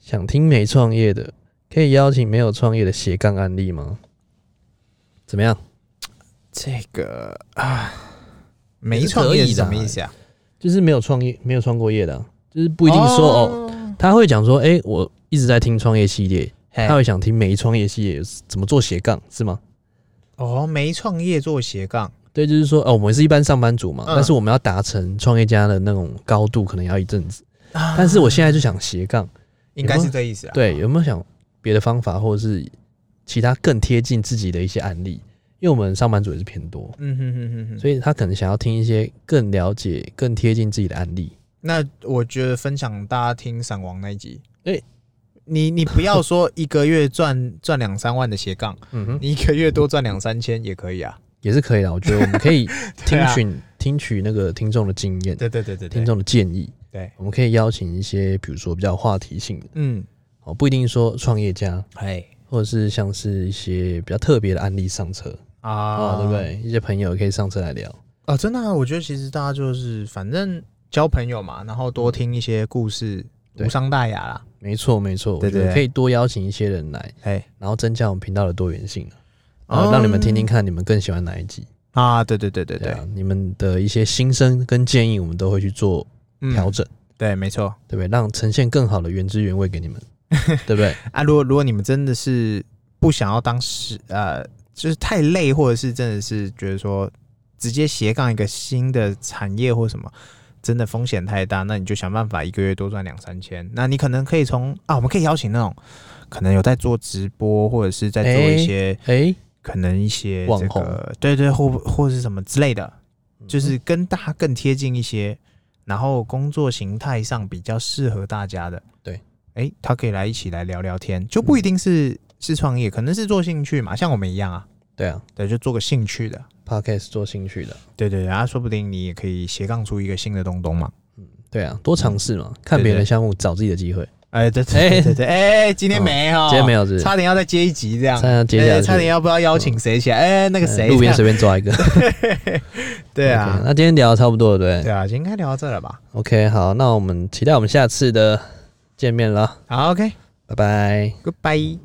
B: 想听没创业的，可以邀请没有创业的斜杠案例吗？怎么样？
A: 这个啊，没
B: 也是可
A: 创业
B: 以
A: 是什
B: 的
A: 么
B: 啊
A: 意思啊？
B: 就是没有创业、没有创过业的啊、就是不一定说哦，
A: 哦，
B: 他会讲说，哎、我一直在听创业系列，
A: 嘿
B: 他会想听没创业系列怎么做斜杠是吗？
A: 哦，没创业做斜杠，
B: 对，就是说，哦，我们是一般上班族嘛，
A: 嗯
B: 但是我们要达成创业家的那种高度，可能要一阵子。
A: 啊
B: 但是我现在就想斜杠，
A: 应该是这意思啊。
B: 对，有没有想别的方法，或者是其他更贴近自己的一些案例？因为我们上班族也是偏多，
A: 嗯哼哼哼哼，
B: 所以他可能想要听一些更了解、更贴近自己的案例。
A: 那我觉得分享大家听散王那一集，
B: 哎
A: 你你不要说一个月赚赚两三万的斜杠，
B: 嗯哼，
A: 你一个月多赚两三千也可以啊。
B: 也是可以的。我觉得我们可 以
A: 对
B: 听
A: 啊
B: 取、听取那个听众的经验，
A: 对对对对
B: 听
A: 对，
B: 众的建议。
A: 对，
B: 我们可以邀请一些，比如说比较有话题性的
A: 嗯，
B: 哦，不一定说创业家，
A: 哎
B: 或者是像是一些比较特别的案例上车啊、
A: 啊，
B: 对不？对？一些朋友可以上车来聊。
A: 哦，真的、啊，我觉得其实大家就是反正交朋友嘛，然后多听一些故事，
B: 嗯对
A: 无伤大雅啦。
B: 没错，没错，我
A: 对
B: 觉得
A: 对
B: 可以多邀请一些人来，
A: 哎
B: 然后增加我们频道的多元性啊然后让你们听听看你们更喜欢哪一集。
A: 啊，对对嗯对对对，
B: 啊，你们的一些心声跟建议，我们都会去做
A: 嗯
B: 调整，
A: 对，没错。
B: 对不对？让呈现更好的原汁原味给你们， 对不对？
A: 啊，如果如果你们真的是不想要当时呃，就是太累，或者是真的是觉得说直接斜杠一个新的产业或什么，真的风险太大，那你就想办法一个月多赚两三千。那你可能可以从啊，我们可以邀请那种可能有在做直播，或者是在做一些、
B: 哎，
A: 可能一些
B: 网
A: 这
B: 红
A: 个对对或或是什么之类的，就是
B: 嗯
A: 跟大家更贴近一些，然后工作形态上比较适合大家的。
B: 对，
A: 哎、他可以来一起来聊聊天，就不一定是、是创业，可能是做兴趣嘛，像我们一样啊，
B: 对啊
A: 对，就做个兴趣的。
B: ，podcast 做兴趣的，
A: 对对对，啊，说不定你也可以斜杠出一个新的东东嘛。
B: 对啊，多尝试
A: 嗯
B: 嘛，看别人的项目，找自己的机会。
A: 哎、对对对对对，哎、今天没有，
B: 哦今天没有是不是
A: 差点要再接一集这样，
B: 差点要接下
A: 哎
B: 去
A: 差点要不知道邀请谁起来，哎、那个
B: 哎
A: 谁，
B: 路边随便抓一个。
A: 对啊
B: OK，那今天聊的差不多了，对不
A: 对
B: 对
A: 啊，应该聊到这了吧？
B: ？OK，好，那我们期待我们下次的见面了，
A: 好
B: 拜拜。
A: ，OK，Goodbye、